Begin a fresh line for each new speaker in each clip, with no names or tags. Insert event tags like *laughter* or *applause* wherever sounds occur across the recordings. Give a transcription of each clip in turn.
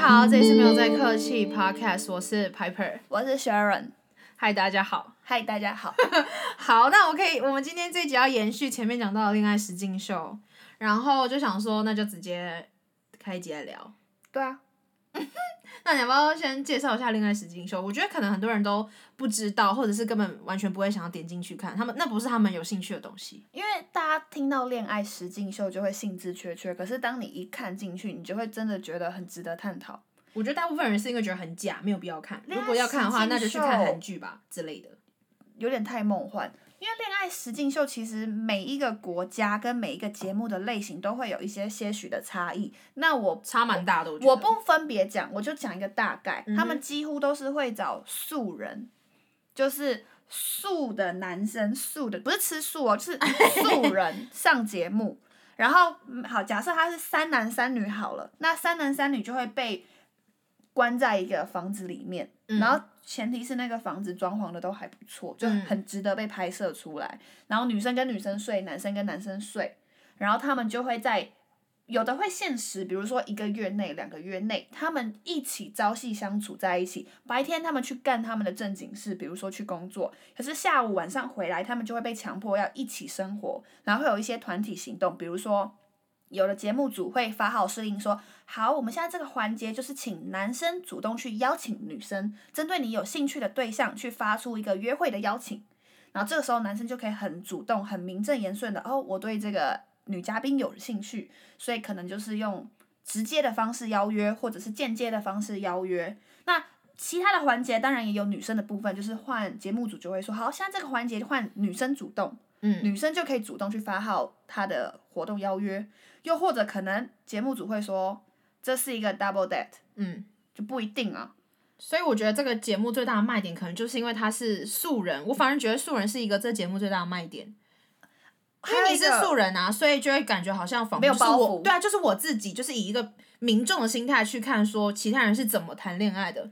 好，这里是没有在客气 Podcast，我是 Piper。
我是 Sharon，
嗨，大家好。
嗨，大家好。
好，那我可以，我们今天这集要延续前面讲到的恋爱实境秀，然后就想说，那就直接开一集来聊。
*laughs* 对啊，
那你要不要先介绍一下恋爱实境秀？我觉得可能很多人都不知道，或者是根本完全不会想要点进去看，他们那不是他们有兴趣的东西。
因为大家听到恋爱实境秀就会兴致缺缺，可是当你一看进去，你就会真的觉得很值得探讨。
我觉得大部分人是因为觉得很假，没有必要看。
恋爱
如果要看的话，
实境
那就去看
秀
韩剧吧之类的。
有点太梦幻。因为恋爱实境秀其实每一个国家跟每一个节目的类型都会有一些些许的差异。那我
差蛮大的，我觉得。
我不分别讲，我就讲一个大概。
嗯哼
他们几乎都是会找素人，就是素的男生，素的不是吃素哦，就是
*laughs*
素人上节目。然后嗯好，假设他是三男三女好了，那三男三女就会被关在一个房子里面，
嗯
然后前提是那个房子装潢的都还不错，就
嗯
很值得被拍摄出来。然后女生跟女生睡，男生跟男生睡，然后他们就会在有的会限时，比如说一个月内、两个月内，他们一起朝夕相处在一起。白天他们去干他们的正经事，比如说去工作，可是下午晚上回来，他们就会被强迫要一起生活，然后会有一些团体行动，比如说。有的节目组会发号施令说：“好，我们现在这个环节就是请男生主动去邀请女生，针对你有兴趣的对象去发出一个约会的邀请。”然后这个时候男生就可以很主动、很名正言顺的哦，我对这个女嘉宾有兴趣，所以可能就是用直接的方式邀约，或者是间接的方式邀约。那其他的环节当然也有女生的部分，就是换节目组就会说，好，现在这个环节换女生主动，
嗯
女生就可以主动去发号她的活动邀约，又或者可能节目组会说这是一个 double date，
嗯。
就不一定啊。
所以我觉得这个节目最大的卖点，可能就是因为他是素人。我反而觉得素人是一个这节目最大的卖点，因为你是
还有一个
素人啊，所以就会感觉好像仿佛
没有
就是
包
我
袱
对啊，就是我自己，就是以一个民众的心态去看，说其他人是怎么谈恋爱的。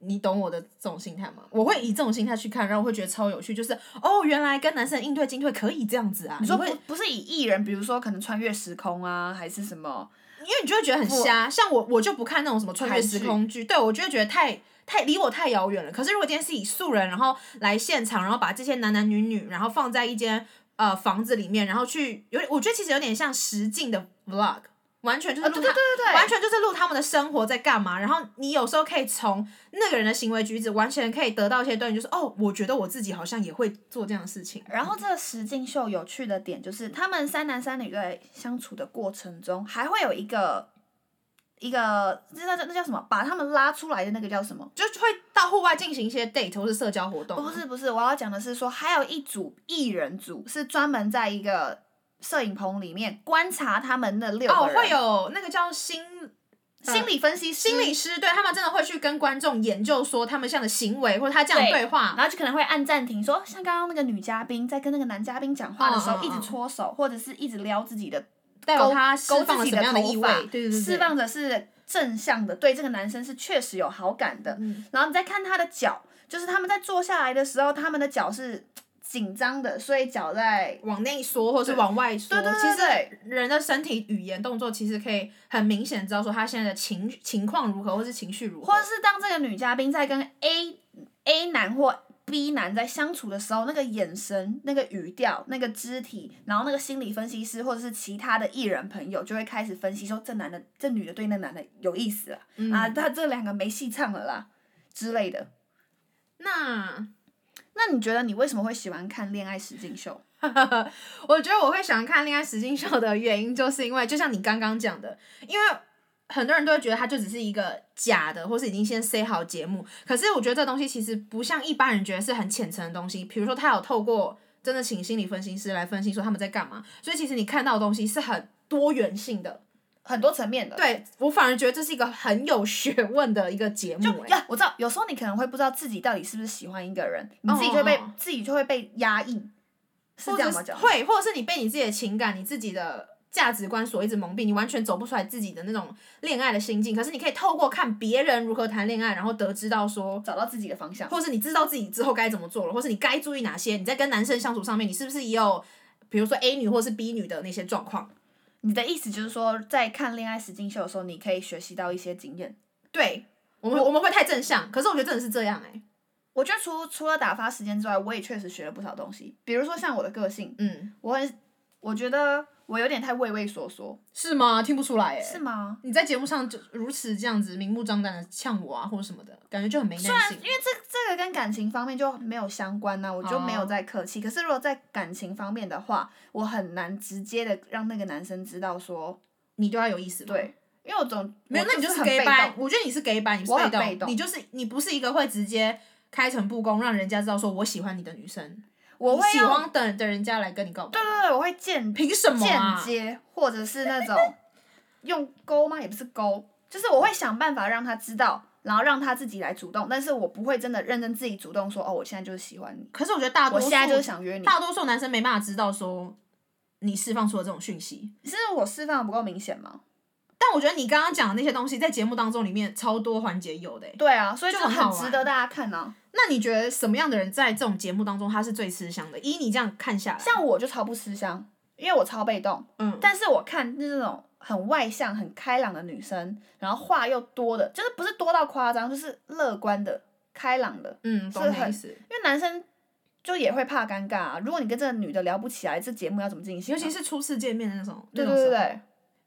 你懂我的这种心态吗？我会以这种心态去看，然后我会觉得超有趣，就是哦，原来跟男生应对进退可以这样子啊！
你说
会
不不是以艺人，比如说可能穿越时空啊，还是什么？
因为你就会觉得很瞎。像我，我就不看那种什么穿越时空剧，对我就会觉得太太离我太遥远了。可是如果今天是以素人，然后来现场，然后把这些男男女女，然后放在一间呃房子里面，然后去有点，我觉得其实有点像实境的 vlog，完全就是
啊
录
对
他、
对对对
完全就是录他们的生活在干嘛。然后你有时候可以从那个人的行为举止，完全可以得到一些端倪，就是哦，我觉得我自己好像也会做这样的事情。
然后这个实境秀有趣的点就是，他们三男三女在相处的过程中，还会有一个一个那那那叫什么？把他们拉出来的那个叫什么？
就会到户外进行一些 date 或是社交活动啊，
不哦是不是，我要讲的是说，还有一组艺人组是专门在一个摄影棚里面观察他们那六个
哦，
人，
会有那个叫心
心理分析师，
心理师，对他们真的会去跟观众研究说他们这样的行为或者他这样的
对
对话，
然后就可能会按暂停说，像刚刚那个女嘉宾在跟那个男嘉宾讲话的时
嗯嗯
候，
嗯
一直搓手，或者是一直撩自己的
代表
勾
他释
勾
放
自
了
己
什么样的
头
意味
发，，
对对对对，
释放的是正向的，对这个男生是确实有好感的。
嗯
然后你再看他的脚，就是他们在坐下来的时候，他们的脚是紧张的，所以脚在
往内缩或是往外缩，
对对对对
其实人的身体语言动作其实可以很明显知道说他现在的情情况如何或是情绪如何
或者，是当这个女嘉宾在跟 A A 男或 B 男在相处的时候，那个眼神、那个语调、那个肢体，然后那个心理分析师或者是其他的艺人朋友就会开始分析说，这男的、这女的对那男的有意思了、
嗯
啊，他这两个没戏唱了啦之类的。
那
那你觉得你为什么会喜欢看恋爱实境秀？
我觉得我会想看《恋爱实境秀》的原因，就是因为就像你刚刚讲的，因为很多人都会觉得它就只是一个假的，或是已经先 say 好节目。可是我觉得这东西其实不像一般人觉得是很浅层的东西，比如说他有透过真的请心理分析师来分析说他们在干嘛，所以其实你看到的东西是很多元性的。
很多层面的。
对我反而觉得这是一个很有学问的一个节目、欸，
呀，我知道，有时候你可能会不知道自己到底是不是喜欢一个人，你自己就会被、
哦哦哦
自己就会被压抑，是
或者
这样
是
吗？讲的
会，或者是你被你自己的情感、你自己的价值观所一直蒙蔽，你完全走不出来自己的那种恋爱的心境。可是你可以透过看别人如何谈恋爱，然后得知到说，
找到自己的方向。
或是你知道自己之后该怎么做了，或是你该注意哪些，你在跟男生相处上面，你是不是也有，比如说 A 女或是 B 女的那些状况？
你的意思就是说，在看恋爱实境秀的时候，你可以学习到一些经验。
对我们我们会太正向，可是我觉得真的是这样哎、
我觉得除除了打发时间之外，我也确实学了不少东西。比如说像我的个性，
嗯，
我很，我觉得我有点太畏畏缩缩，
是吗？听不出来哎、
是吗？
你在节目上就如此这样子明目张胆的呛我啊，或者什么的，感觉就很没
虽
耐
然
性
因。为这这个跟感情方面就没有相关呐、我就没有
哦
在客气。可是如果在感情方面的话，我很难直接的让那个男生知道说，
你对他有意思吗？
对，因为我总
没有，
我
那你就是是
很
gay
被
吧
动？。
我觉得你是 gay 吧，你是
我
被
很
动，
被动
你就是你不是一个会直接开诚布公让人家知道说我喜欢你的女生，
我
你
会
喜
用
欢等等人家来跟你告白
对。对对，我会间
凭什么
间
啊？
接或者是那种用勾吗？也不是勾，就是我会想办法让他知道，然后让他自己来主动，但是我不会真的认真自己主动说哦，我现在就是喜欢你，
可是我觉得大
我
多数
现在就是想约你，
大多数男生没办法知道说你释放出了这种讯息。
是我释放的不够明显吗？
但我觉得你刚刚讲的那些东西，在节目当中里面超多环节有的欸、
对啊，所以
就
这
很好
很
玩
值得大家看呢、
那你觉得什么样的人在这种节目当中他是最吃香的？依你这样看下来，
像我就超不吃香，因为我超被动，
嗯，
但是我看就是那种很外向、很开朗的女生，然后话又多的，就是不是多到夸张，就是乐观的、开朗的，
嗯，懂
是
你的
很
意思。
因为男生就也会怕尴尬、啊。如果你跟这个女的聊不起来，这节目要怎么进行
尤
啊、
其是初次见面的那种，
对
那
对
种时
对
候
对，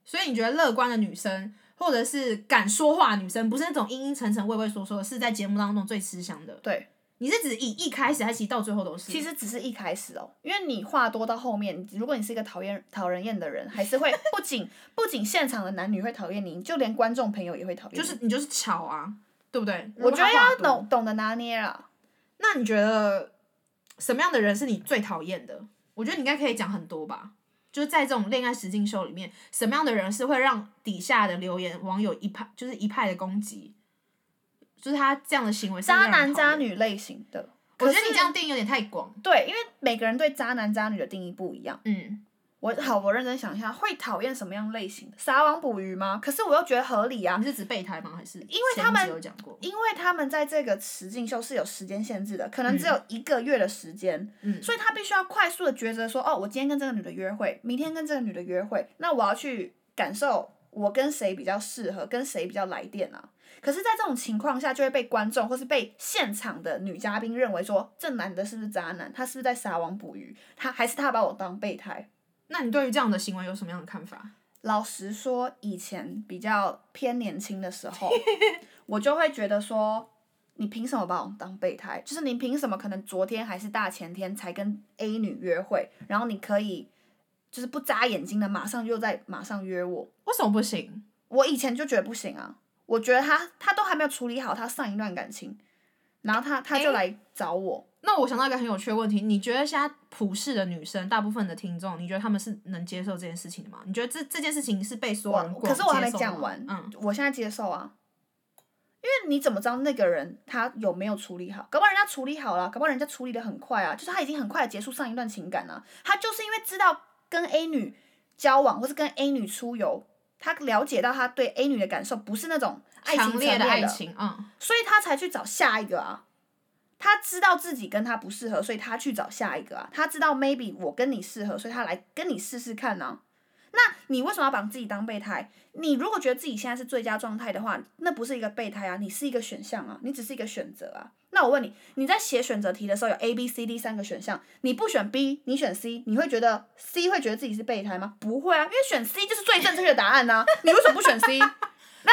所以你觉得乐观的女生，或者是敢说话的女生，不是那种阴阴沉沉、畏畏缩缩的，是在节目当中最吃香的。
对，
你是指以一开始，还是其实到最后都是？
其实只是一开始哦，因为你话多到后面，如果你是一个讨厌讨人厌的人，还是会不仅 *laughs* 不仅现场的男女会讨厌你，就连观众朋友也会讨厌你。
就是你就是吵啊，对不对？
我觉得要
如果她话多
懂。懂得拿捏啊啦。
那你觉得什么样的人是你最讨厌的？我觉得你应该可以讲很多吧。就是在这种恋爱实境秀里面，什么样的人是会让底下的留言网友一派就是一派的攻击？就是他这样的行为是
渣
让人
男
讨厌
渣，女类型的，
我觉
可
得
是
你这样定义有点太广。
对，因为每个人对渣男渣女的定义不一样。
嗯，
我好，我认真想一下，会讨厌什么样类型的？撒网捕鱼吗？可是我又觉得合理啊
你，是指备胎吗？还是因
为他们
有讲过，
因为他们在这个实境秀是有时间限制的，可能只有一个月的时间，
嗯
所以他必须要快速的抉择说，哦，我今天跟这个女的约会，明天跟这个女的约会，那我要去感受我跟谁比较适合，跟谁比较来电啊。可是，在这种情况下，就会被观众或是被现场的女嘉宾认为说，这男的是不是渣男？他是不是在撒网捕鱼？他还是他把我当备胎？
那你对于这样的行为有什么样的看法？
老实说，以前比较偏年轻的时候，我就会觉得说，你凭什么把我当备胎？就是你凭什么可能昨天还是大前天才跟 A 女约会，然后你可以就是不眨眼睛的马上又在马上约我？
为什么不行？
我以前就觉得不行啊，我觉得他他都还没有处理好他上一段感情，然后他他就来找我，
那我想到一个很有趣的问题，你觉得现在普世的女生，大部分的听众，你觉得他们是能接受这件事情的吗？你觉得这这件事情是被所有人
我
广
可是我还
接
没
受的吗
讲完
嗯，
我现在接受啊，因为你怎么知道那个人他有没有处理好？搞不好人家处理好了，搞不好人家处理的很快啊，就是他已经很快地结束上一段情感了、他就是因为知道跟 A 女交往或是跟 A 女出游，他了解到他对 A 女的感受不是那种爱情
强
层
烈
面
的
的
爱，情，嗯，
所以他才去找下一个啊。他知道自己跟他不适合，所以他去找下一个啊。他知道 maybe 我跟你适合，所以他来跟你试试看呢、那你为什么要把自己当备胎？你如果觉得自己现在是最佳状态的话，那不是一个备胎啊，你是一个选项啊，你只是一个选择啊。那我问你，你在写选择题的时候有 A、B、C、D 三个选项，你不选 B，你选 C，你会觉得 C 会觉得自己是备胎吗？不会啊，因为选 C 就是最正确的答案呐、你为什么不选 C？那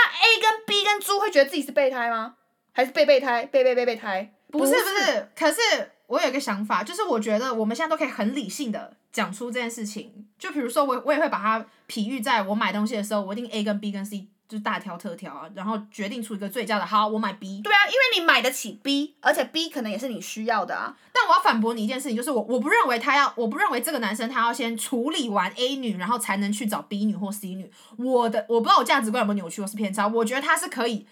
A 跟 B 跟猪会觉得自己是备胎吗？还是备备胎？备备备备胎？
不是不是，可是我有一个想法，就是我觉得我们现在都可以很理性的讲出这件事情。就比如说我，我也会把它比喻在我买东西的时候，我一定 A 跟 B 跟 C 就是大挑特挑啊，然后决定出一个最佳的。好，我买 B。
对啊，因为你买得起 B，而且 B 可能也是你需要的啊。
但我要反驳你一件事情，就是我我不认为他要，我不认为这个男生他要先处理完 A 女，然后才能去找 B 女或 C 女。我的我不知道我价值观有没有扭曲或是偏差，我觉得他是可以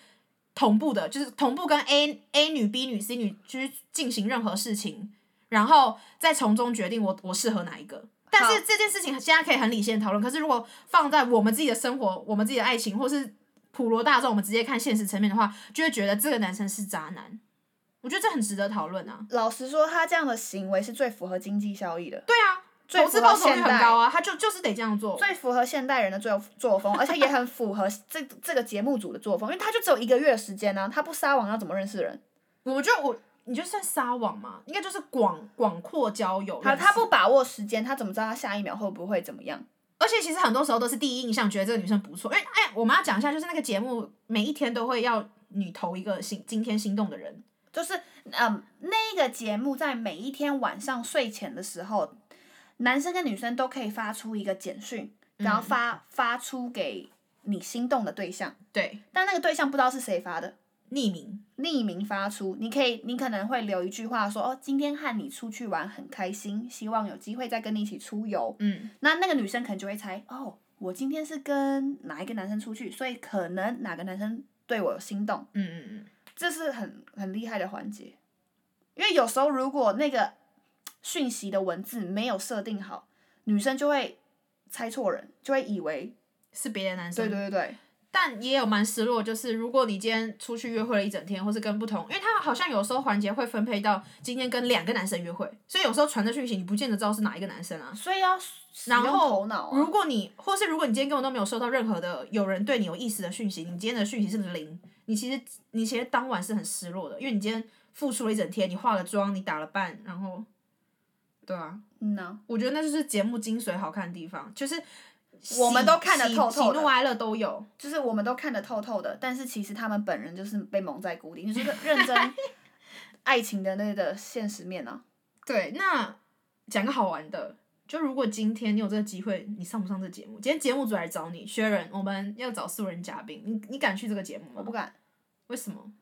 同步的，就是同步跟 A A 女、B 女、C 女去进行任何事情，然后再从中决定我我适合哪一个。但是
好
这件事情现在可以很理性的讨论，可是如果放在我们自己的生活、我们自己的爱情，或是普罗大众，我们直接看现实层面的话，就会觉得这个男生是渣男。我觉得这很值得讨论啊。
老实说，他这样的行为是最符合经济效益的。
对啊，
最
投资
符合
报酬率
现
很
代
高啊，他就就是得这样做。
最符合现代人的作作风，而且也很符合这这个节目组的作风，因为他就只有一个月的时间呢、他不撒网要怎么认识人？
我觉得我，你就算撒网嘛，应该就是广广阔交友。
他他，不把握时间，他怎么知道他下一秒会不会怎么样？
而且其实很多时候都是第一印象，觉得这个女生不错。因为哎，我们要讲一下，就是那个节目每一天都会要你投一个心今天心动的人。
就是嗯，那个节目在每一天晚上睡前的时候，男生跟女生都可以发出一个简讯，然后发、发出给你心动的对象，
对，
但那个对象不知道是谁发的，
匿名。
匿名发出，你可以，你可能会留一句话说，哦，今天和你出去玩很开心，希望有机会再跟你一起出游。
嗯，
那那个女生可能就会猜，哦，我今天是跟哪一个男生出去，所以可能哪个男生对我有心动，
嗯嗯嗯，
这是很很厉害的环节。因为有时候如果那个讯息的文字没有设定好，女生就会猜错人，就会以为，
是别的男生。
对对对对，
但也有蛮失落，就是如果你今天出去约会了一整天，或是跟不同，因为他好像有时候环节会分配到今天跟两个男生约会，所以有时候传的讯息你不见得知道是哪一个男生啊。
所以要使
然
用
后
头脑啊。
如果你或是如果你今天根本都没有收到任何的有人对你有意思的讯息，你今天的讯息是零，你其实你其实当晚是很失落的，因为你今天付出了一整天，你化了妆，你打了扮，然后，对啊，
嗯呢、
我觉得那就是节目精髓好看的地方，就是喜
我们都看得透
喜
透的
喜怒哀乐都有。
就是我们都看得透透的，但是其实他们本人就是被蒙在鼓里，就是
*laughs*
认真爱情的那个现实面啊。
对，那讲个好玩的，就如果今天你有这个机会，你上不上这节目？今天节目组来找你，薛仁，我们要找素人嘉宾，你你敢去这个节目
我
吗
不？敢，
为什么？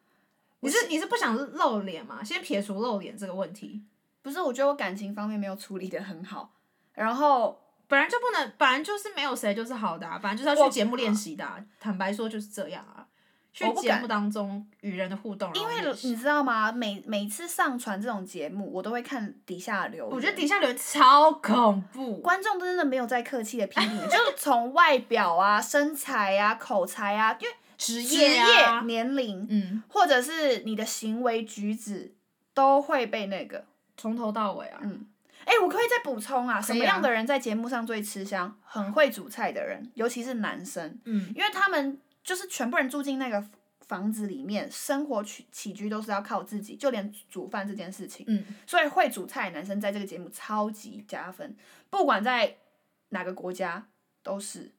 你是你是不想露脸吗？先撇除露脸这个问题，
不是，我觉得我感情方面没有处理的很好，然后
本来就不能，本来就是没有谁就是好的、啊，本来就是要去节目练习的啊、坦白说就是这样啊，去
我不
节
敢
目当中与人的互动，
因
然后
为
练习
你知道吗？每每次上传这种节目，我都会看底下的留言，
我觉得底下留言超恐怖，
观众真的没有在客气的批评， *laughs* 就是从外表啊、身材啊、口才啊，因为
职
职
业
业、
啊，
年龄，
嗯，
或者是你的行为举止，都会被那个。
从头到尾啊，
嗯，哎、我可以再补充啊，
可
什
以啊
么样的人在节目上最吃香？很会煮菜的人，尤其是男生，
嗯
因为他们就是全部人住进那个房子里面，生活起起居都是要靠自己，就连煮饭这件事情，
嗯，
所以会煮菜的男生在这个节目超级加分，不管在哪个国家都是。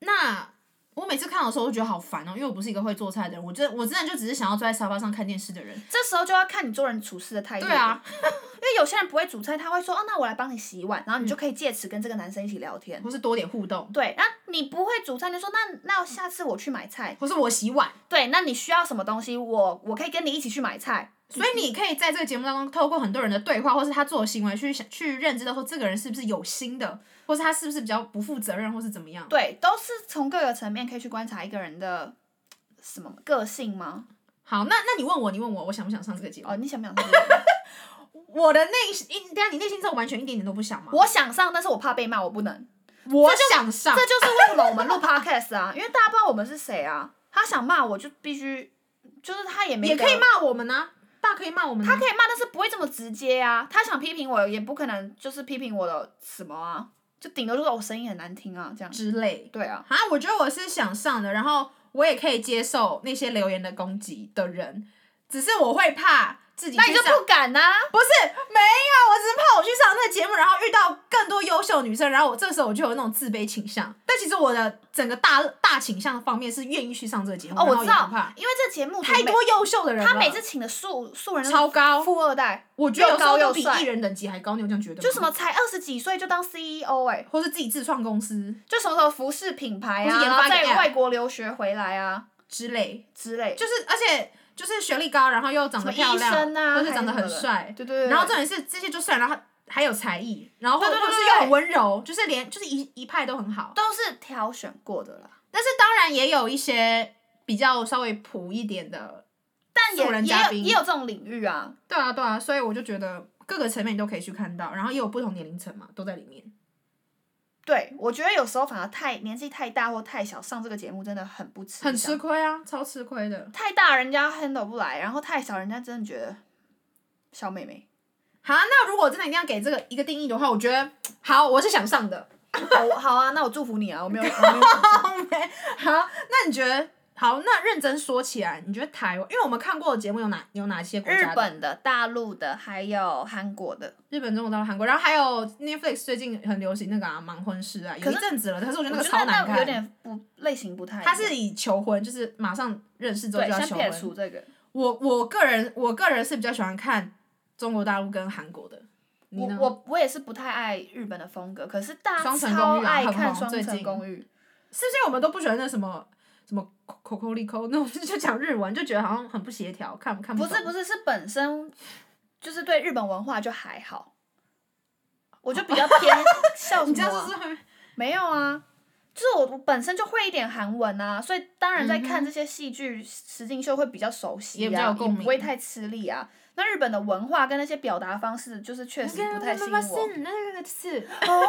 那我每次看的时候，我觉得好烦哦、因为我不是一个会做菜的人，我真我真的就只是想要坐在沙发上看电视的人。
这时候就要看你做人处事的态度。
对啊，
*laughs* 因为有些人不会煮菜，他会说：“哦，那我来帮你洗碗。”然后
嗯
你就可以借此跟这个男生一起聊天。
或是多点互动，
对，那你不会煮菜，你就说那那下次我去买菜。
或是我洗碗。
对，那你需要什么东西，我我可以跟你一起去买菜。
所以你可以在这个节目当中，透过很多人的对话，或是他做的行为去想去认知到说这个人是不是有心的，或是他是不是比较不负责任，或是怎么样。
对，都是从各个层面可以去观察一个人的什么个性吗？
好，那那你问我，你问我，我想不想上这个节目？
哦，你想不想上这个？ *laughs*
我的内心，一等一下你内心是完全一点点都不想吗？
我想上，但是我怕被骂，我不能。
我想上
*laughs* 这，就是为什么我们录 podcast 啊，因为大家不知道我们是谁啊。他想骂我就必须，就是他也没
也
得
可以，骂我们呢、大可以骂我们、啊。
他可以骂，但是不会这么直接啊。他想批评我，也不可能就是批评我的什么啊，就顶多就是我声音很难听啊，这样。
之类。
对啊，
啊，我觉得我是想上的，然后我也可以接受那些留言的攻击的人，只是我会怕自己
那
去
你就
上。
不敢啊呐、
不是没有，我只是怕我去上那个节目，然后遇到更多优秀女生，然后我这时候我就有那种自卑倾向。但其实我的整个大大倾向方面是愿意去上这个节目，
哦，
然
我
后
知
也不
道
怕，
因为这节目组
太
每
多优秀的人了
他每次请的素素人都是
超高，
富二代，
我觉得有时候都
又高
比
又帅
艺人等级还高，你有这样觉得吗？
就什么才二十几岁就当 CEO 哎、
或是自己自创公司
就什么什么服饰品牌
或
啊，
是研
然
发
后
一个
在
app
外国留学回来啊
之类，
之类，
就是而且就是学历高，然后又长
什
得
么
漂
医
亮，
生啊，
或是长得
还
很
什么的
帅，
对对对，
然后重点是这些就算，然后还还有才艺，然后或
对对
或
对
者
对
是
对
又很温柔，就是连就是一一派都很好。
都是挑选过的啦。
但是当然也有一些比较稍微普一点的，
但也
素人
也
嘉
有
宾
也有这种领域啊，
对啊对啊，所以我就觉得各个层面你都可以去看到，然后也有不同年龄层嘛，都在里面。
对我觉得有时候反而太年纪太大或太小上这个节目真的很不吃香，
很吃亏啊，超吃亏的。
太大人家 handle 不来，然后太小人家真的觉得小妹妹。
好，那如果真的一定要给这个一个定义的话，我觉得好，我是想上的。
好好啊，那我祝福你啊， *laughs* 我没有，我没有
好，那你觉得？好，那认真说起来，你觉得台湾？因为我们看过的节目有哪有哪些国
日
家的？
本的、大陆的，还有韩国的，
日本、中国大陆、韩国，然后还有 Netflix 最近很流行那个啊《盲婚试爱》，有
可
一
是
阵子了，可是我觉得
我
那个
觉得
超难
那有
看。
点不类型不太一样。
他是以求婚，就是马上认识之后
对，
就要
先
求
撇
婚。
除这个，
我我个人我个人是比较喜欢看中国大陆跟韩国的，你
我
呢？
我我也是不太爱日本的风格，可是大
双
家
层
超
公寓啊
爱
很
看
红
双
最
层
近
公寓，
是不是我们都不喜欢那什么什么 coco lico 那种，就讲日文就觉得好像很不协调，看看
不
懂
是不是是本身就是对日本文化就还好，我就比较
*laughs*
偏笑什
你这
么
样
啊、
是不是会
没有啊，就是我我本身就会一点韩文啊，所以当然在
嗯哼
看这些戏剧实境秀会比较熟悉、啊，
也比较有共鸣
也不会太吃力啊。那日本的文化跟那些表达方式，就是确实不太吸引我，
那个是 *laughs* 哦，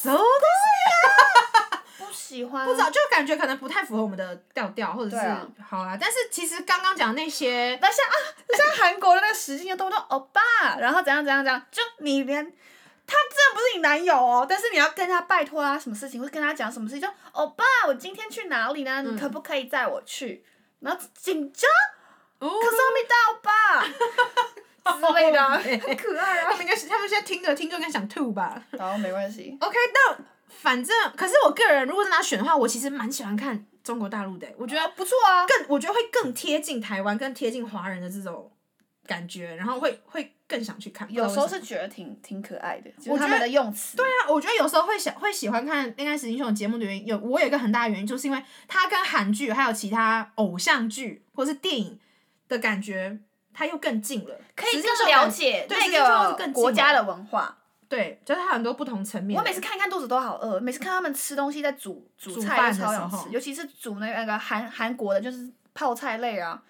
熟的
不喜欢啊。
不知道，就感觉可能不太符合我们的调调，或者是
对啊
好啦。但是其实刚刚讲那些，
那像啊，像韩国的那个实境的动不动欧巴，然后怎样怎样怎样，就你连他真的不是你男友哦，但是你要跟他拜托他什么事情，或跟他讲什么事情，就欧巴，我今天去哪里呢？你可不可以载我去？然后紧张，
哦，
可是没到吧之类 *laughs* 的啊，
对
很可爱啊。
他们应该是他们现在听着听就应该想吐吧。
然后没关系，
OK，那反正，可是我个人如果是拿选的话，我其实蛮喜欢看中国大陆的、欸我觉得
不错啊。
更，我觉得会更贴近台湾，更贴近华人的这种感觉，然后会会更想去看。
有时
不知
候
道为什么
是觉得挺挺可爱的，就
我
是
觉
他
得
们的用词。对
对啊，我觉得有时候会想会喜欢看《恋爱实境秀》节目的原因，有我有一个很大的原因，就是因为它跟韩剧还有其他偶像剧或是电影的感觉，它又更近了，
可以
实境秀
更了
感
解
对实境秀是
那
更
个
近
国家
了
的文化。
对，就是它很多不同层面的。
我每次看一看肚子都好饿，每次看他们吃东西在煮煮
嗯煮
菜
饭
都
的
超
时
想
候
吃，尤其是煮那个那个韩韩国的，就是泡菜类啊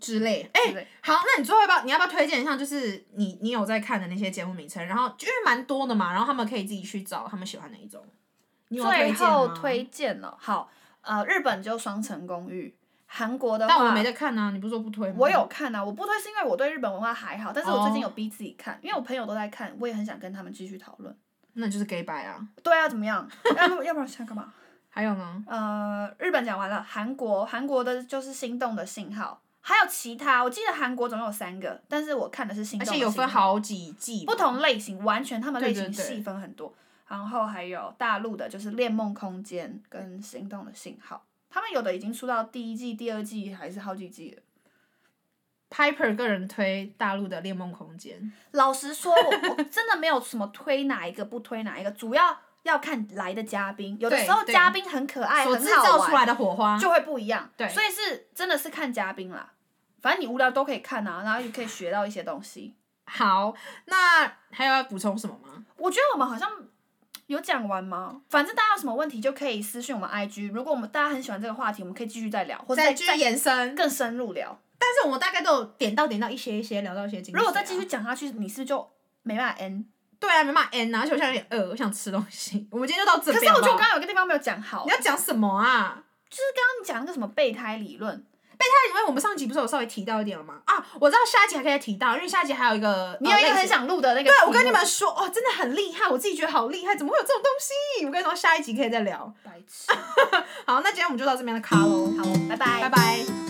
之类，哎、
之类。
好，那你最后要不要你要不要推荐一下，就是你你有在看的那些节目名称，然后因为蛮多的嘛，然后他们可以自己去找他们喜欢哪一种。你有要推
最
荐
后
吗
推荐了，好，呃，日本就《双层公寓》，韩国的
但我
话，
没得看啊，你不是说不推吗？
我有看啊，我不推是因为我对日本文化还好，但是我最近
哦
有逼自己看，因为我朋友都在看，我也很想跟他们继续讨论。
那就是 gay 白啊。
对啊，怎么样？ *laughs* 要不要不然想干嘛？
还有呢？
呃，日本讲完了，韩国韩国的就是《心动的信号》，还有其他，我记得韩国总共有三个，但是我看的是《心
而
动的
且
信号》，
有分好几季，
不同类型，完全他们类
对
型
对对
细分很多。然后还有大陆的，就是《恋梦空间》跟《心动的信号》，他们有的已经出到第一季、第二季，还是好几季了。
Piper 个人推大陆的《恋梦空间》，
老实说，我 *laughs* 我真的没有什么推哪一个不推哪一个，主要要看来的嘉宾。有的
对
时候
对
嘉宾很可爱，
所
哎很
制
好
造
玩
出来的火花，
就会不一样。
对
所以是真的是看嘉宾啦。反正你无聊都可以看啊，然后也可以学到一些东西。
好。那还有要补充什么吗？
我觉得我们好像有讲完吗？反正大家有什么问题就可以私信我们 IG。如果我们大家很喜欢这个话题，我们可以继续再聊，或者
再
再
继
再
续延伸，
更深入聊。
但是我们大概都有点到点到一些一些聊到一些精髓啊。
如果再继续讲下去，你是不是就没办法 end。
对啊，没办法 end 啊，而且我现在有点饿，我想吃东西。我们今天就到这
可是
边。
我觉得
好不好
我刚刚有个地方没有讲好，
你
就是
要讲什么啊？
刚刚你讲那个什么备胎理论，
但因为我们上集不是有稍微提到一点了吗？啊，我知道下一集还可以再提到，因为下一集还有一个
你有一
呃类
个
似
很想录的那个。
对，我跟你们，说，哦，真的很厉害，我自己觉得好厉害，怎么会有这种东西？我跟你说，下一集可以再聊。
白痴。
好，那今天我们就到这边的卡喽，
好，拜拜，
拜。拜。